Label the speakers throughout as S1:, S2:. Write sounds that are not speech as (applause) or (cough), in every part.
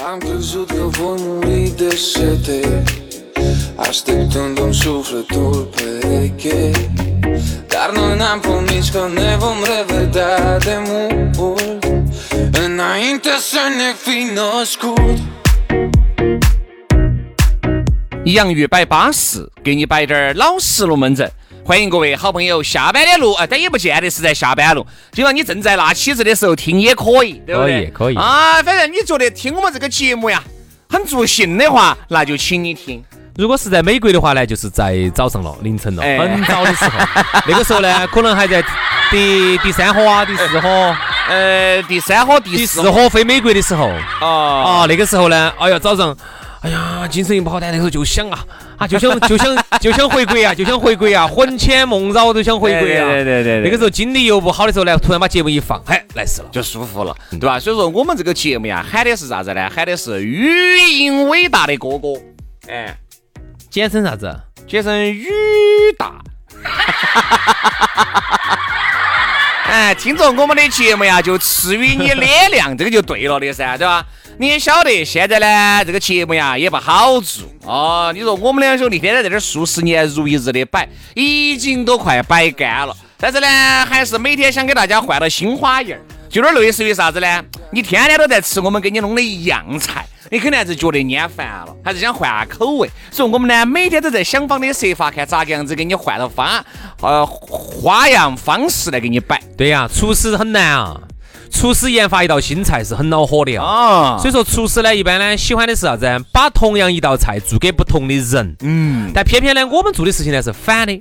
S1: Am crezut că voi muri de sete Așteptându-mi sufletul pereche Dar noi n-am promis că ne vom revedea de mult Înainte să ne fi născut
S2: 洋芋摆巴适，给你摆点儿老实龙门阵。欢迎各位好朋友，下班的路啊，但也不见得是在下班路，就像你正在拿起子的时候听也可以，对不对？
S3: 可以可以
S2: 啊，反正你觉得听我们这个节目呀很助兴的话，那就请你听。
S3: 如果是在美国的话呢，就是在早上了，凌晨了，
S2: 哎
S3: 很早的时候，
S2: (laughs)
S3: 那个时候呢，可能还在第第三火啊、第四火、
S2: 呃，第三火、第
S3: 第
S2: 四
S3: 四
S2: 火
S3: 火飞美国的时候，
S2: 啊，
S3: 啊，那个时候呢，哎呀，早上，哎呀，精神也不好，但那个时候就想啊，啊，就想就想就想回国呀，就想回国呀，魂牵梦绕都想回国呀。
S2: 对对对对对
S3: 那个时候精力又不好的时候呢，突然把节目一放，嘿，来事了。
S2: 就舒服了，对吧？所以说我们这个节目呀，喊的是啥子呢？喊的是语音伟大的哥哥，哎，
S3: 简称啥子？
S2: 简称语大。哎，听着我们的节目呀，就赐予你脸亮，这个就对了的噻，对吧？你也晓得，现在呢，这个节目呀也不好做哦。你说我们两兄弟天天在这儿数十年如一日的摆，已经都快摆干了。但是呢，还是每天想给大家换点新花样儿，就有点类似于啥子呢？你天天都在吃我们给你弄的一样菜，你肯定还是觉得厌烦了，还是想换下口味。所以我们呢，每天都在想方的设法，看咋个样子给你换到方呃花样方式来给你摆。
S3: 对呀、厨师很难啊，厨师研发一道新菜是很恼火的啊。
S2: 啊，
S3: 所以说，厨师呢，一般呢喜欢的是啥子呢？把同样一道菜做给不同的人。嗯。但偏偏呢，我们做的事情呢是反的，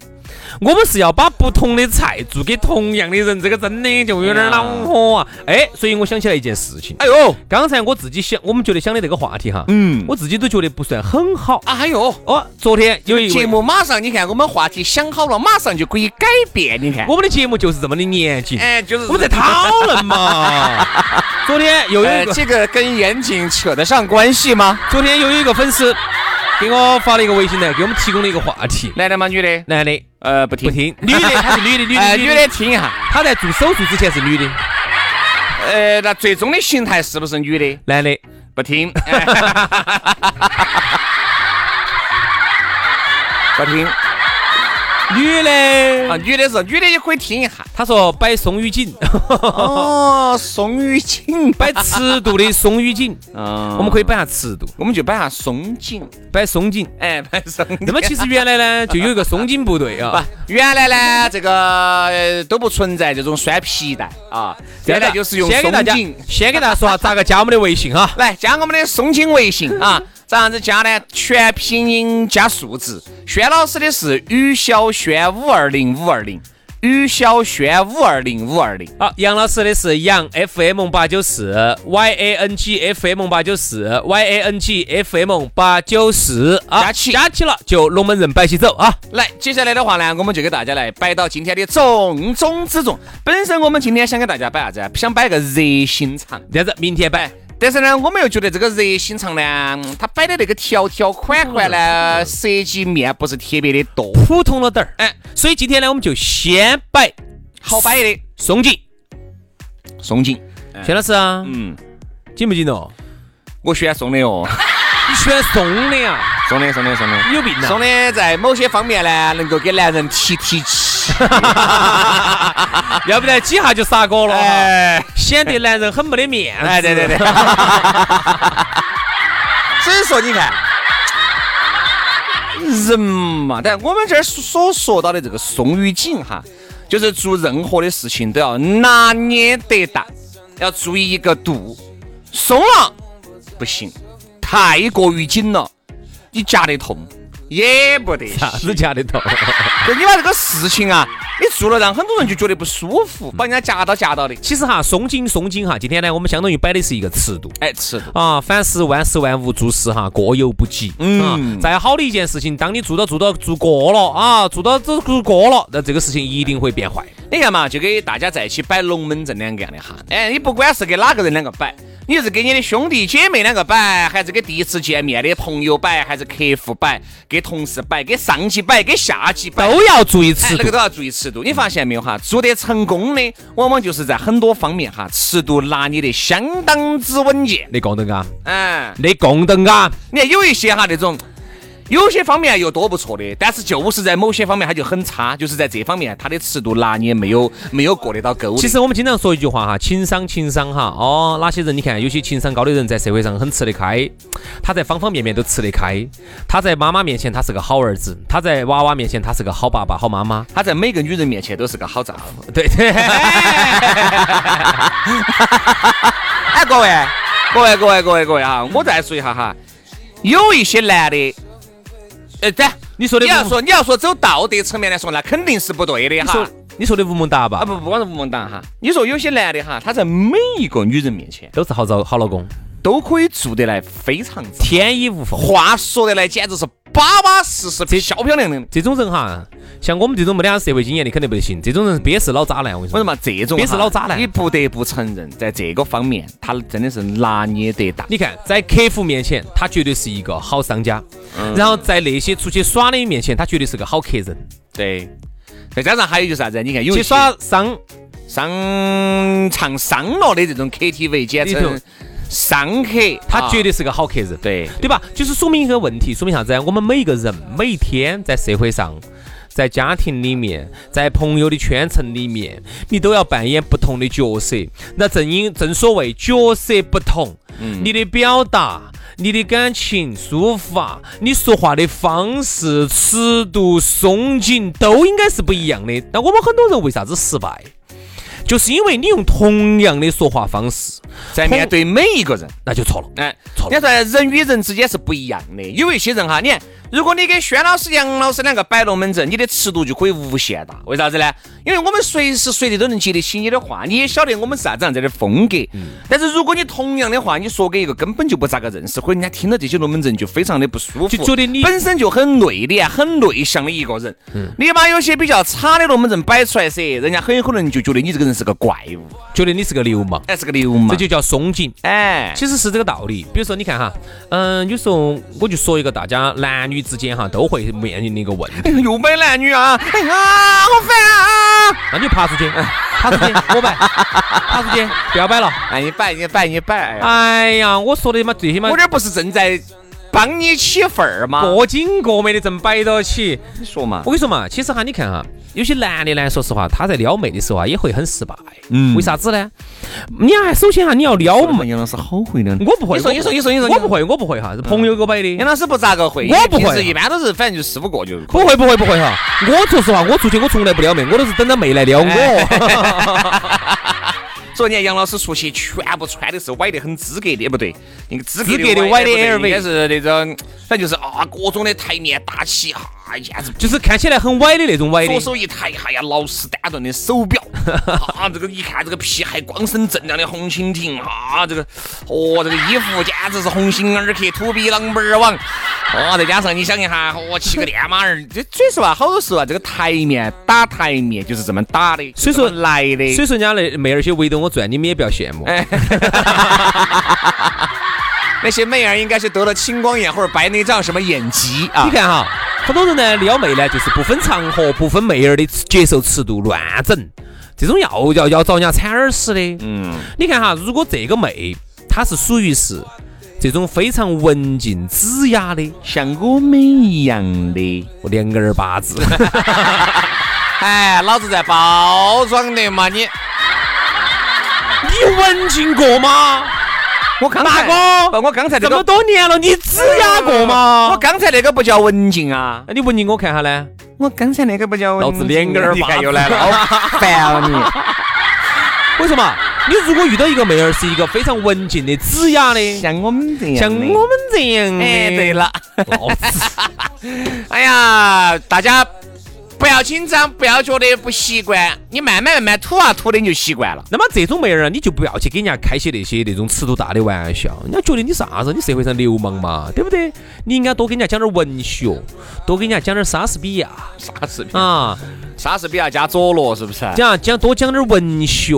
S3: 我们是要把不同的菜做给同样的人，这个真的就有点恼火啊！哎，所以我想起来一件事情。哎呦，刚才我自己想，我们觉得想的这个话题哈，嗯，我自己都觉得不算很好。
S2: 哎呦，
S3: 哦，昨天有一
S2: 节
S3: 位，
S2: 目马上你看，我们话题想好了，马上就可以改变。你看，
S3: 我们的节目就是这么的严谨，
S2: 哎，就是
S3: 我们在讨论嘛。 (laughs) 昨天又有
S2: 呃
S3: 一，个，
S2: 这个跟严谨扯得上关系吗？
S3: 昨天又有一个粉丝给我发了一个微信来，给我们提供了一个话题。
S2: 男的吗？女的？
S3: 男的
S2: 呃，不听
S3: 不。听，女的她是女的， (laughs) 女的
S2: 哎，女的，听一下。
S3: 她在做手术之前是女的，
S2: 呃，那最终的形态是不是女的？
S3: 男的
S2: 不听。哎 (laughs) 不听
S3: 女的
S2: 啊，，女的是女的也可以听一下。
S3: 她说摆松鱼锦， (laughs)
S2: 哦，松雨锦，
S3: 摆尺度的松鱼 (laughs) 锦，
S2: 嗯
S3: 我们可以摆下尺度，
S2: 我们就摆下松紧，
S3: 摆松紧。
S2: 哎，摆松紧。
S3: (laughs) 那么其实原来呢，就有一个松紧部 (laughs) 队
S2: 不
S3: 啊，，
S2: 原来呢，这个呃都不存在这种拴皮带啊，原来就是用
S3: 先给大
S2: 松
S3: 家
S2: 紧。
S3: 先给大家说下咋个加我们的微信哈。
S2: 来加我们的松紧微信啊，咋样子加呢？全拼音加数字，轩老师的是于小轩五二零五二零，于小轩五二零五二零。
S3: (laughs) 好，杨老师的是杨 FM 八九四，Y A N G FM 八九四，Y A N G FM 八九四啊，
S2: 加起
S3: 加起了就龙门阵摆起走啊。
S2: 来，接下来的话呢，我们就给大家来摆到今天的重中之重。本身我们今天想给大家摆啥子啊？想摆个热心肠。
S3: 这样子，明天摆。
S2: 但是呢，我们又觉得这个热心肠呢，嗯它摆的那个条条款款呢，涉及面不是特别的多，
S3: 普通了点儿。
S2: 哎
S3: 哎，所以今天呢，我们就先摆
S2: 好摆的
S3: 松紧。
S2: 松紧。
S3: 薛老师啊，
S2: 嗯，
S3: 紧不紧哦？
S2: 我喜欢松的哦，
S3: 你喜欢松的呀？
S2: 松的松的松的。 (laughs)
S3: 你有病呐
S2: 松！的在某些方面呢，能够给男人提提气。
S3: (laughs) 要不然几下就杀锅了哈，
S2: 哎 (laughs)
S3: (laughs) 显得男人很没得面子。
S2: 哎，对对对。所以以说你看。人嘛，但我们这儿所说到的这个松与紧哈，就是做任何的事情都要拿捏得当，要注意一个度，松了不行，太过于紧了，你夹得痛也不得行。
S3: 啥子夹得到？
S2: 就你把这个事情啊，你做了让很多人就觉得不舒服，把人家夹到夹到
S3: (laughs)
S2: 的，
S3: 其实哈，松紧松紧哈，今天呢，我们相当于摆的是一个尺度。
S2: 哎，吃
S3: 啊，凡事万事万物做事哈，过犹不及。嗯、啊，再好的一件事情，当你做到做到做过了啊，做到都做过了，那这个事情一定会变坏。
S2: 你看嘛，就给大家在一起摆龙门阵两个样的哈。哎，你不管是给哪个人两个摆，你是给你的兄弟姐妹两个摆，还是给第一次见面的朋友摆，还是客户摆，给同事摆，给上级摆，给下级摆，
S3: 都要注意
S2: 哎
S3: 尺
S2: 那
S3: 度
S2: 个。都要注意尺度。你发现没有哈？做得成功的，往往就是在很多方面哈，尺度拿捏得相当之稳健。
S3: 你共等啊，
S2: 嗯，
S3: 你共等啊，
S2: 你看有一些哈那种。有些方面又多不错的，但是就是在某些方面他就很差，就是在这方面他的尺度拿捏没有没有过得到沟的。
S3: 其实我们经常说一句话哈，情商情商哈，哦，哪些人你看，有些情商高的人在社会上很吃得开，他在方方面面都吃得开，他在妈妈面前他是个好儿子，他在娃娃面前他是个好爸爸、好妈妈。
S2: 他在每个女人面前都是个好丈夫。
S3: 对 (laughs) 对，
S2: (laughs) 哎，各位，各位，各位，各位，各位啊！我再说一下哈，有一些男的，呃，对，
S3: 哎你说的
S2: 你要
S3: 吴
S2: 说你要说走道德层面来说，那肯定是不对的
S3: 你
S2: 哈
S3: 说。你说的吴孟达
S2: 啊，
S3: 吧，
S2: 不不光是吴孟达哈，你说有些男的哈，他在每一个女人面前
S3: 都是好老好老公，
S2: 都可以做得来非常之好，
S3: 天衣无缝。
S2: 话说得来简直是巴巴适适、漂漂亮亮的。
S3: 这种人哈，像我们这种没得啥社会经验的肯定不得行。这种人憋是老渣男，我跟你
S2: 我
S3: 说
S2: 说。嘛，这种
S3: 别是
S2: 哈
S3: 老渣男
S2: 你不得不承认，在这个方面，他真的是拿捏得当。
S3: 你看，在客户面前，他绝对是一个好商家；
S2: 嗯
S3: 然后在那些出去耍的面前，他绝对是个好客人。
S2: 对，再加上还有就是啥子？你看有一
S3: 去
S2: 些
S3: 耍商，
S2: 商唱伤了的这种 KTV，简
S3: 里头
S2: 称商客，
S3: 他绝
S2: 对
S3: 对是个好客人，
S2: 啊对
S3: 对吧？就是说明一个问题，说明啥子啊？我们每一个人每一天在社会上。在家庭里面，在朋友的圈层里面，你都要扮演不同的角色。那正因正所谓角色不同，
S2: 嗯
S3: 你的表达、你的感情抒发、你说话的方式、尺度、松紧，都应该是不一样的。那我们很多人为啥子失败？就是因为你用同样的说话方式，
S2: 在面对每一个人，
S3: 那就错了。
S2: 哎，
S3: 错了
S2: 你看在人与人之间是不一样的。有一些人哈，你看，如果你跟轩老师、杨老师两个摆龙门阵，你的尺度就可以无限大。为啥子呢？因为我们随时随地都能接得起你的话，你也晓得我们是啥子样子的风格。
S3: 嗯
S2: 但是如果你同样的话，你说给一个根本就不咋个认识，或者人家听到这些龙门阵就非常的不舒服，
S3: 就觉得你嗯
S2: 本身就很内敛、啊很内向的一个人。你把有些比较差的龙门阵摆出来噻，人家很有可能就觉得你这个人是个怪物，
S3: 觉得你是个流氓，
S2: 哎，是个流氓。
S3: 这就叫松紧。
S2: 哎，
S3: 其实是这个道理。比如说，你看哈，嗯，有时候我就说一个大家男女之间哈都会面临的一个问
S2: (laughs)
S3: 题，
S2: 又摆男女啊，哎呀，好烦啊！
S3: 那你爬出去，爬
S2: (laughs)
S3: 出去，我摆，爬出去，不要摆了。
S2: 哎，你摆，你摆，你摆。
S3: 哎呀，我说的嘛这些嘛啊
S2: 我，这不是正在帮你起份儿吗？
S3: 过紧过美的正摆到起。
S2: 你说嘛
S3: 我，跟你说嘛，其实哈，你看哈，有些男的呢，说实话，他在撩妹的时候啊，也会很失败。嗯，为啥子呢？你啊，首先哈，你要撩妹，
S2: 杨老师好会的。
S3: 我不会。
S2: 你说
S3: 我不会
S2: 你说你说你说
S3: 我不会，我不会哈，是朋友给我摆的。
S2: 杨老师不咋个会，
S3: 我不会啊
S2: 平时一般都是反正就四五个就。
S3: 不会不会不会哈！我说实话，我出去我从来不撩妹，我都是等着妹来撩我。
S2: 昨天杨老师出去全部穿的是歪得很资格的，不对，那个资
S3: 资格的
S2: 歪
S3: 歪的
S2: 不对
S3: LV
S2: 应该是那种，反正就是啊，各种的台面搭起，啊，简直
S3: (laughs) 就是看起来很歪的那种歪的
S2: 左。手一抬，哎呀，老实丹顿的手 (laughs) 表啊，这个一看这个皮还光身锃亮的红蜻蜓啊，这个哦，这个衣服简直是鸿星尔克、土鳖狼本网哦，再加上你想一下，哦，骑个电马儿， (laughs) 这所以说吧，好多时候啊，这个台面打台面就是这么打的，
S3: 所以说
S2: 就这么来的，
S3: 所以说人家那妹儿些围着我转，你们也不要羡慕。
S2: 那些妹儿应该是得了青光眼或者白内障什么眼疾啊
S3: 你。看哈，很多人呢撩妹呢，就是不分场合、不分妹儿的接受尺度乱整，这种要要要遭人家铲耳屎的。嗯，你看哈，如果这个妹她是属于是这种非常文静、子雅的，
S2: 像我们一样的，
S3: 我两个耳巴 (laughs) 子。
S2: 哎，老子在包装的嘛，你
S3: 你文静过吗？
S2: 我刚
S3: 大
S2: 才
S3: 哥
S2: 不我刚才这
S3: 这么
S2: 个
S3: 多年了，你指压过吗？
S2: 我刚才那个不叫文静啊，
S3: 哎那你文静给我看下呢？
S2: 我刚才那个不叫文
S3: 老子脸根儿哦
S2: 你
S3: 拔
S2: 看
S3: 不
S2: 又来了， (laughs) 好烦啊
S3: (laughs)
S2: 你。
S3: 为什么？你如果遇到一个妹儿是一个非常文静的指压的，
S2: 像我们这样的，
S3: 像我们这样的，
S2: 哎，对了，
S3: 老子
S2: 哎呀，大家不要紧张，不要觉得不习惯，你慢慢慢慢吐啊吐的，你就习惯了。
S3: 那么这种妹儿啊，你就不要去给人家开些那些那种尺度大的玩笑，人家觉得你啥子？你社会上流氓嘛，对不对？你应该多给人家讲点文学，多给人家讲点莎士比亚
S2: 莎士比亚，
S3: 啊，
S2: 莎士比嗯亚加佐罗是不是？
S3: 讲讲多讲点文学，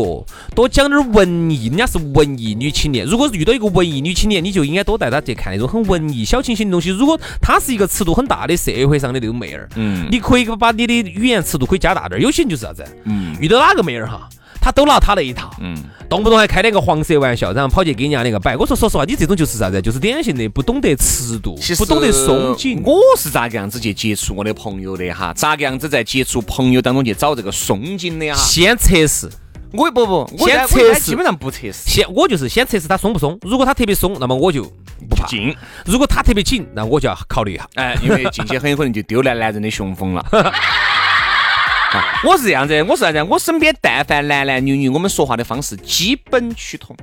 S3: 多讲点文艺，人家是文艺女青年。如果是遇到一个文艺女青年，你就应该多带她去看那种很文艺、小清新的东西。如果她是一个尺度很大的社会上的那种妹儿，
S2: 嗯
S3: 你可以把你的语言尺度可以加大点儿。有些人就是啥子，
S2: 嗯
S3: 遇到哪个妹儿哈，她都拿她那一套，
S2: 嗯，
S3: 动不动还开那个黄色玩笑，然后跑去给人家那个摆。我说，说实话，你这种就是啥子？就是典型的不懂得尺度
S2: 其，实
S3: 不懂得松紧。
S2: 我是咋个样子去接触我的朋友的哈？咋个样子在接触朋友当中去找这个松紧的哈？
S3: 先测试，
S2: 我不不，我
S3: 先
S2: 在
S3: 测
S2: 我在
S3: 试
S2: 基本上不测试，
S3: 先我就是先测试她松不松。如果她特别松，那么我就不怕；
S2: 紧。
S3: 如果她特别紧，那我就要考虑一下。
S2: 哎，因为进去很有可能就丢了男人的雄风了。啊我是这样子，我是啥子？我身边但凡男男女女，我们说话的方式基本趋同。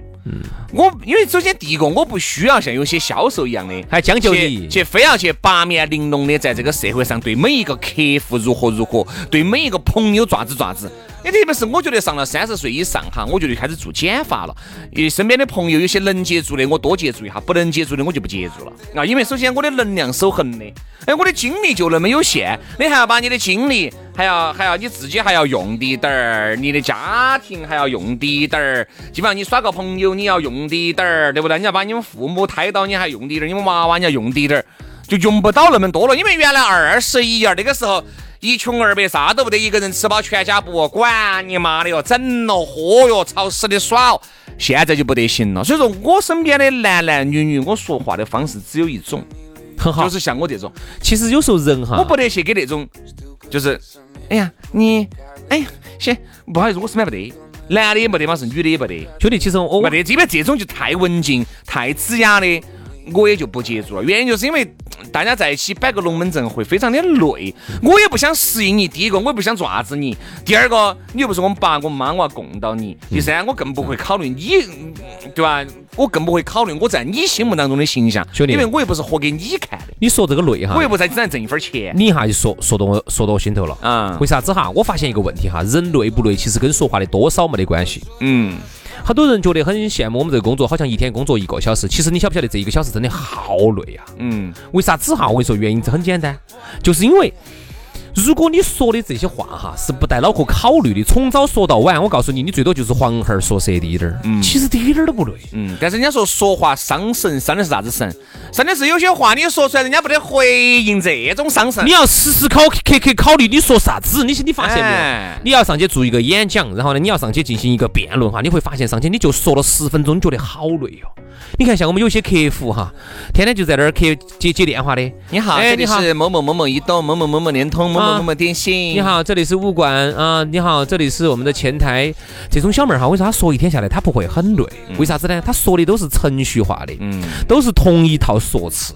S2: 我因为首先第一个，我不需要像有些销售一样的，
S3: 还将就
S2: 去
S3: 你
S2: 去非要去八面玲珑的在这个社会上对每一个客户如何如何，对每一个朋友爪子爪子。你特别是我觉得上了三十岁以上哈，我就开始做减法了。因身边的朋友有些能接触的，我多接触一下；不能接触的，我就不接触了。啊，因为首先我的能量守恒的，哎，我的精力就那么有限，你还要把你的精力，还要还要你自己还要用滴点儿，你的家庭还要用滴点儿，基本上你耍个朋友你要用滴点儿，对不对？你要把你们父母抬到，你还用滴点儿，你们娃娃你要用滴点儿，就用不到那么多了。因为原来二十一二那个时候。一穷二白，啥都不得，一个人吃饱全家不饿，管你妈的哟，整了喝哟，潮死的耍哦。现在就不得行了，所以说我身边的男男女女，我说话的方式只有一种，
S3: 很好。
S2: 就是像我这种，
S3: 其实有时候人哈，
S2: 我不得去给那种，就是，哎呀，你，哎呀，先不好意思，我身边不得，男的也没得嘛，是女的也没得，
S3: 兄弟，其实我
S2: 没得，这边这种就太文静、太呲牙的，我也就不接触了。原因就是因为嗯大家在一起摆个龙门阵会非常的累，我也不想适应你。第一个，我也不想爪子你；第二个，你又不是我们爸、我妈，我要供到你；第三，我更不会考虑你，嗯对吧？我更不会考虑我在你心目当中的形象，
S3: 兄弟
S2: 因为我又不是活给你看的，
S3: 你说这个累哈
S2: 我，又不在身上挣一分钱。
S3: 你一下就说说到我说到我心头了。
S2: 嗯
S3: 为啥子哈？我发现一个问题哈，人累不累其实跟说话的多少没得关系。
S2: 嗯，
S3: 很多人觉得很羡慕我们这个工作，好像一天工作一个小时。其实你晓不晓得这一个小时真的好累啊？
S2: 嗯，
S3: 为啥子哈？我跟你说，原因很简单，就是因为如果你说的这些话哈是不带脑壳考虑的，从早说到晚，我告诉你，你最多就是黄孩儿说舌滴点儿，其实滴点儿都不累。
S2: 嗯，但是人家说说话伤神，伤的是啥子神？伤的是有些话你说出来，人家不得回应，这种伤神
S3: 你。要时时考刻刻考虑你说啥子，你你发现没
S2: 哎
S3: 有？你要上去做一个演讲，然后呢，你要上去进行一个辩论哈，你会发现上去你就说了十分钟，你觉得好累哦。你看，像我们有些客户哈，天天就在那儿客接接电话的。
S2: 你好，
S3: 哎
S2: 这里
S3: 你好啊
S2: 是某某某某移动、某某某某联通、某某某某电信。
S3: 你，好，这里是物管啊、你好，这里是我们的前台。这种小妹儿哈，为啥她说一天下来她不会很累？为啥子呢？她说的都是程序化的，
S2: 嗯，
S3: 都是同一套说辞。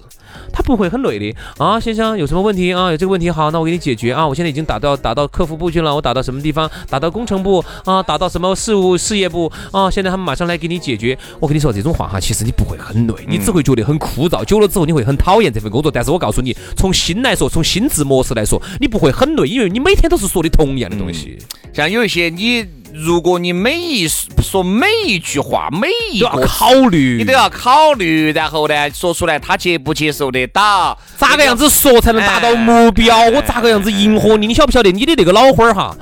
S3: 她不会很累的啊，先生有什么问题啊？有这个问题好，那我给你解决啊！我现在已经打到打到客服部去了，我打到什么地方？打到工程部啊，打到什么事务事业部啊？现在他们马上来给你解决。我跟你说这种话哈，其实你不会很累，你只会觉得很枯燥。久了之后你会很讨厌这份工作，但是我告诉你，从心来说，从心智模式来说，你不会很累，因为你每天都是说的同样的东西。
S2: 像有一些你，如果你每一说每一句话，每一
S3: 都要
S2: 个。
S3: 考虑，
S2: 你都要考虑，然后呢，说出来他接不接受得到，
S3: 咋个样子说才能达到目标？我咋个样子迎合你？你晓不晓得你的那个脑花儿哈，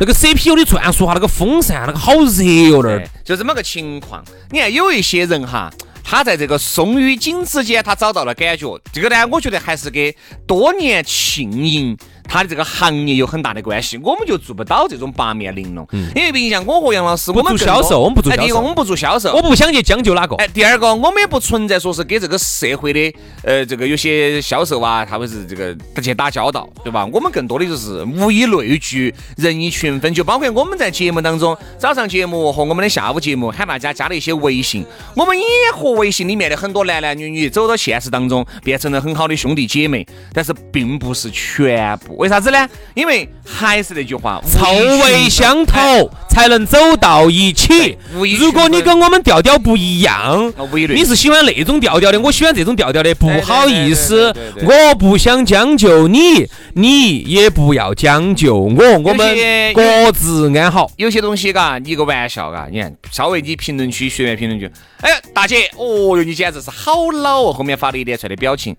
S3: 那个 CPU 的转速哈，那个风扇那个好热哟那儿
S2: 对，，就这么个情况。你看有一些人哈，他在这个松哎与紧之间，他找到了感觉。这个呢，我觉得还是给多年庆应它的这个行业有很大的关系。我们就做不到这种八面玲珑，因为毕竟像我和杨老师，我们
S4: 做
S2: 更多
S4: 销售我嗯们不做
S2: 哎第一
S4: 销
S2: 个
S4: 售
S2: 我们不做销售，
S4: 我不想去将就哪个。
S2: 哎，第二个，我们也不存在说是给这个社会的呃这个有些销售啊，他们是这个去打交道，对吧？我们更多的就是物以类聚，人以群分，就包括我们在节目当中，早上节目和我们的下午节目喊大家加了一些微信，我们也和微信里面的很多男男女女走到现实当中，变成了很好的兄弟姐妹，但是并不是全部，为啥子呢？因为还是那句话，
S4: 臭味相投
S2: 哎
S4: 才能走到一
S3: 哎
S4: 起
S2: 对物以。
S4: 如果
S2: 群分
S4: 你跟我们调调不一样
S2: 啊物以，类
S4: 你是喜欢那种调调的，我喜欢这种调调的，不好意
S2: 对
S4: 思
S2: 对，对对
S4: 我不想将就你，你也不要将就我，我们
S2: 些
S4: 各自安好。
S2: 有些东西嘎，你一个玩笑嘎，你看稍微你评论区学员评论区，哎，大姐，哦哟，你简直是好老哦！后面发了一连串的表情，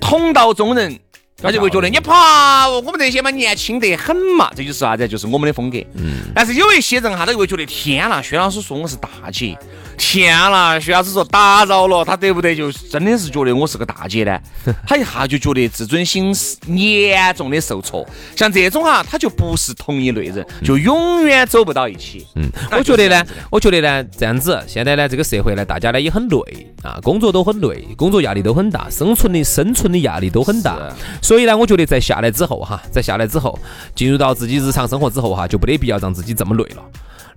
S2: 同道中人，他就会觉得你怕我们这些嘛年轻得很嘛，这就是啥子？就是我们的风格。嗯。但是有一些人哈，他就会觉得天啦，薛老师说我是大姐，天啦，薛老师说打扰了，他得不得就真的是觉得我是个大姐呢？ (laughs) 他一下就觉得自尊心是严重的受挫。像这种哈，他就不是同一类人，就永远走不到一起。嗯，
S4: (laughs) 我觉得呢，我觉得呢，这样子，现在呢，这个社会呢，大家呢也很累啊，工作都很累，工作压力都很大，生存的生存的压力都很大，所以呢，我觉得在下来之后哈，在下来之后，进入到自己日常生活之后哈，就没得必要让自己这么累了。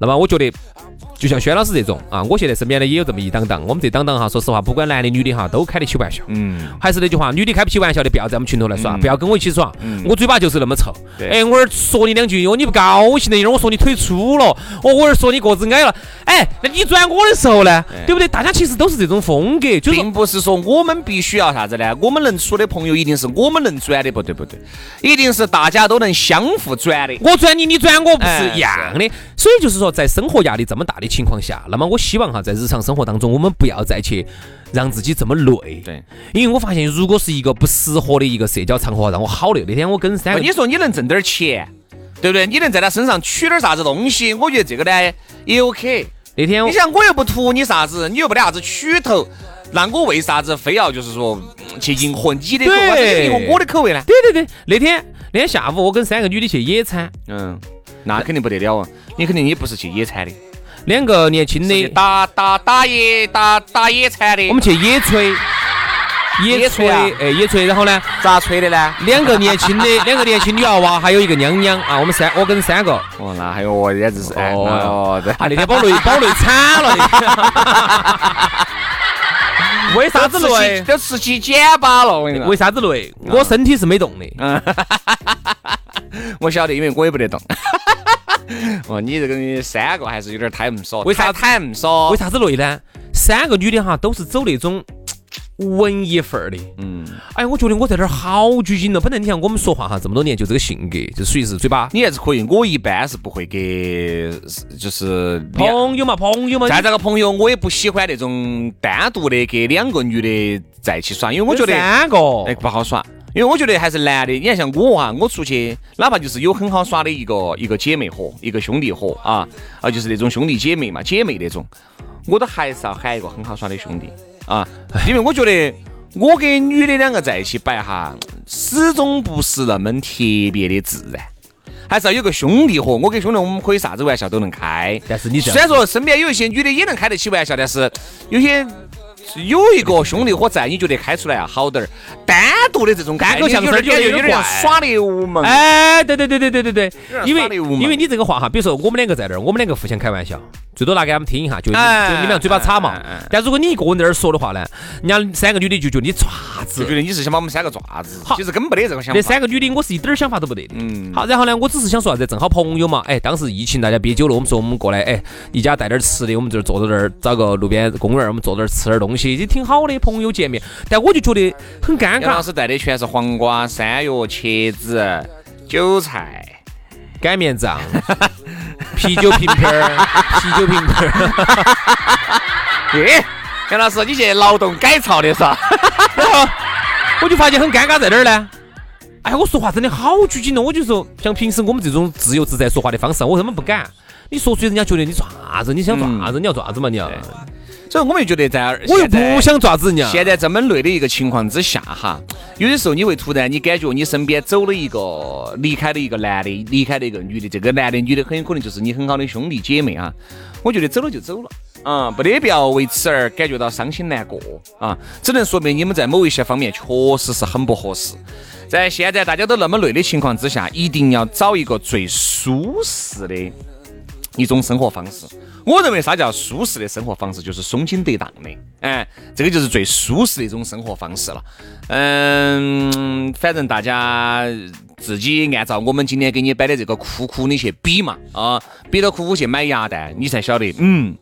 S4: 那么我觉得，就像轩老师这种啊，我现在身边呢也有这么一档档，我们这档档哈，说实话，不管男的女的哈，都开得起玩笑。
S2: 嗯，
S4: 还是那句话，女的开不起玩笑的，不要在我们群头来耍，不要跟我一起耍。我嘴巴就是那么臭。
S2: 对
S4: 哎，我这儿说你两句，哦，你不高兴了；一会儿我说你腿粗了，哦，我这儿说你个子矮了。哎，那你转我的时候呢，
S2: 哎
S4: 对不对？大家其实都是这种风格，就是
S2: 并不是说我们必须要啥子呢？我们能处的朋友一定是我们能转的，不对不对，一定是大家都能相互转的。
S4: 我转你，你转我，不
S2: 哎
S4: 是一样的。所以就是说，在生活压力这么大的情况下，那么我希望哈，在日常生活当中，我们不要再去让自己这么累。
S2: 对，
S4: 因为我发现，如果是一个不适合的一个社交场合，让我好累。那天我跟三个
S2: 哎你说你能挣点儿钱，对不对？你能在他身上取点儿啥子东西？我觉得这个呢也 OK。
S4: 那天我
S2: 你想，我又不图你啥子，你又没得啥子取头，那我为啥子非要就是说嗯去迎合你的口味，
S4: 对
S2: 迎合我的口味呢？
S4: 对对对，那天那天下午我跟三个女的去野餐，
S2: 嗯，那肯定不得了啊！你肯定也不是去野餐的，
S4: 两个年轻
S2: 你
S4: 的，
S2: 打打打野打打野餐的。
S4: 我们去野炊，
S2: 野
S4: 野
S2: 炊
S4: 炊
S2: 啊，
S4: 哎野炊，然后呢，
S2: 咋吹的呢？
S4: 两个年
S2: (laughs)
S4: 轻的两个年轻女娃娃，还有一个娘娘啊，我们三我跟三个，啊
S2: 哦，那还有我简直是哎，
S4: 哦
S2: 那哦，这
S4: 那天把我累把我累惨了那天，为啥子
S2: 都吃起
S4: 累？
S2: 都吃起茧巴了，我跟你
S4: 为
S2: 说。
S4: 啥子累？我身体是没动的，
S2: 我晓得，因为我也不得动。 (laughs) 哦，你这个你三个还是有点太不少，
S4: 为啥
S2: 太太不少？
S4: 为？啥子累呢？三个女的哈都是走那种文艺范儿的，
S2: 嗯，
S4: 哎，我觉得我在这儿好拘谨了。本来你看我们说话哈，这么多年就这个性格，就属于是嘴巴
S2: 你还是可以，我一般是不会给，就是两
S4: 朋友嘛，朋友嘛，
S2: 再这个朋友，我也不喜欢那种单独的跟两个女的在一起耍，因为我
S4: 我
S2: 觉
S4: 觉
S2: 得
S4: 得三个，
S2: 哎不好耍。因为我觉得还是男的，你看像我啊，我出去哪怕就是有很好耍的一个一个姐妹伙，一个兄弟伙啊啊，就是那种兄弟姐妹嘛，姐妹那种，我都还是要喊一个很好耍的兄弟啊，因为我觉得我跟女的两个在一起摆哈，始终不是那么特别的自然，还是要有个兄弟伙。我跟兄弟，我们可以啥子玩笑都能开，
S4: 但是你这
S2: 虽
S4: 样
S2: 然说身边有一些女的也能开得起玩笑，但是有些有一个兄弟伙在，你觉得开出来要好点儿。单独的这种开，
S4: 单个相声
S2: 有点
S4: 就有
S2: 有
S4: 点
S2: 点像
S4: 怪
S2: 耍流氓。
S4: 哎，对对对对对对对，因为
S2: 耍礼物嘛
S4: 因为你这个话哈，比如说我们两个在这儿，我们两个互相开玩笑，最多拿给他们听一下，就就
S2: 哎
S4: 你们俩嘴巴插嘛
S2: 哎哎哎。
S4: 但如果你一个人在这儿说的话呢，人家三个女的就觉得你爪
S2: 就
S4: 子
S2: 觉。得你是想把我们三个爪子，
S4: 好
S2: 其实根本没得这个想
S4: 那
S2: 法。
S4: 三个女的，我是一点儿想法都没得的。
S2: 嗯
S4: 好，然后呢，我只是想说啥子，正好朋友嘛，哎，当时疫情大家憋久了，我们说我们过来，哎，一家带点儿吃的，我们就坐到这儿，找个路边公园儿，我们坐这儿吃点儿东西，也挺好的，朋友见面。但我就觉得很尴
S2: 杨老
S4: 尬，
S2: 师带的全是黄瓜、山药、茄子、韭菜。
S4: 擀面杖、啤酒瓶瓶儿、啤酒瓶瓶儿。
S2: 哎，杨老师，你去劳动改造的是吧？
S4: 然后我就发现很尴尬在哪儿呢？哎，我说话真的好拘谨哦，我就说，像平时我们这种自由自在说话的方式，我根本不敢。你说出去，人家觉得你做啥子？你想做啥子？你要做啥子嘛？你要
S2: 对所以我们就觉得在
S3: 我又
S2: 现在
S3: 不想抓子人家。
S2: 现在这么累的一个情况之下哈，有的时候你会突然你感觉你身边走了一个离开了一个男的，离开了一个女的，这个男的女的很有可能就是你很好的兄弟姐妹啊。我觉得走了就走了，啊、没得必要为此而感觉到伤心难过啊，只能说明你们在某一些方面确实是很不合适。在现在大家都那么累的情况之下，一定要找一个最舒适的一种生活方式。我认为啥叫舒适的生活方式，就是松紧得当的，哎，这个就是最舒适的一种生活方式了。嗯，反正大家自己按照我们今天给你摆的这个苦苦的去比嘛，啊，比到苦苦去买鸭蛋，你才晓得，嗯。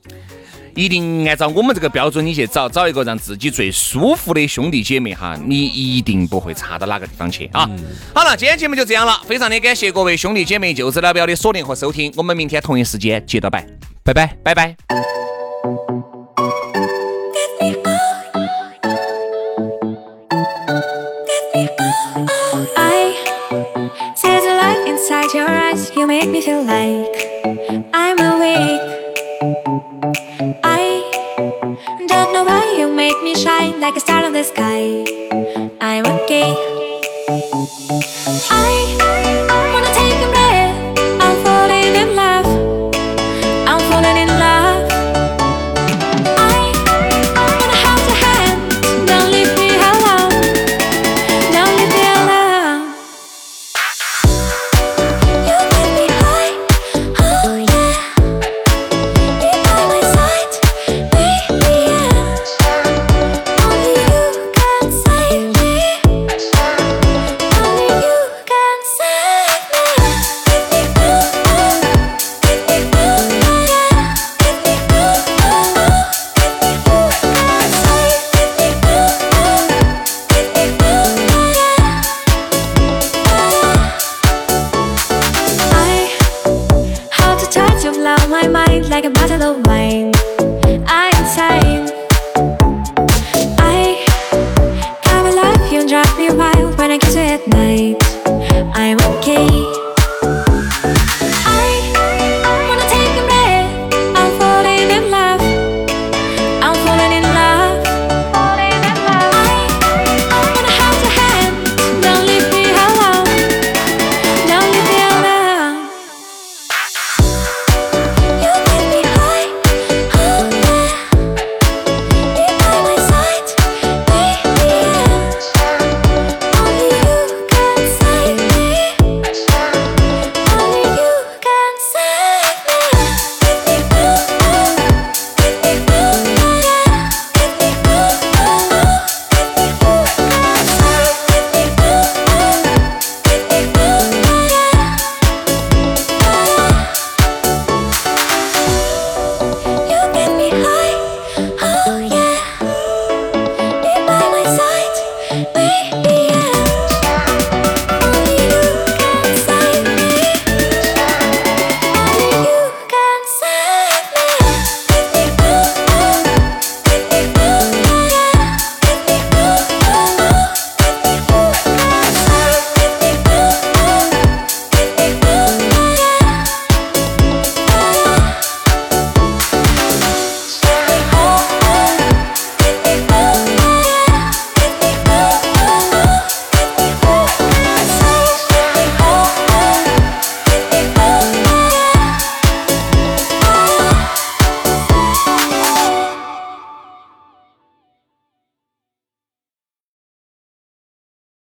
S2: 一定按照我们这个标准，你去找找一个让自己最舒服的兄弟姐妹哈，你一定不会差到哪个地方去啊！好了，今天节目就这样了，非常的感谢各位兄弟姐妹就此老表的锁定和收听，我们明天同一时间接着摆，拜拜拜拜。
S5: I see there's a light inside your eyes. You make me feel like I'm awake. I don't know why you make me shine like a star on the sky. I'm okay. I wanna take a breath. I'm falling in love. I'm falling in love. I wanna hold your hand. Don't leave me alone. Don't leave me alone. You make me high, oh yeah. You by my side, baby, yeah. Only you can save me. Only you can save me. Give me more, give me more, yeah. Give me more, give me more, save, give me more, give me more, yeah. I hold the touch of love, my mind like a bottle of wine. I am time. I cover love you and drive me wild when I kiss you at night. I'm okay. I wanna take a breath. I'm falling in love. I'm falling in love. I wanna hold your hand. Don't leave me alone. Don't leave me alone. You make me high, oh yeah. You by my side, baby, yeah. Only you can save me. Only you can save me. Give me more, give me more, yeah. Give me more, give me more, save, give me more, give me more, yeah. You get me high, oh yeah. Be by my side, baby.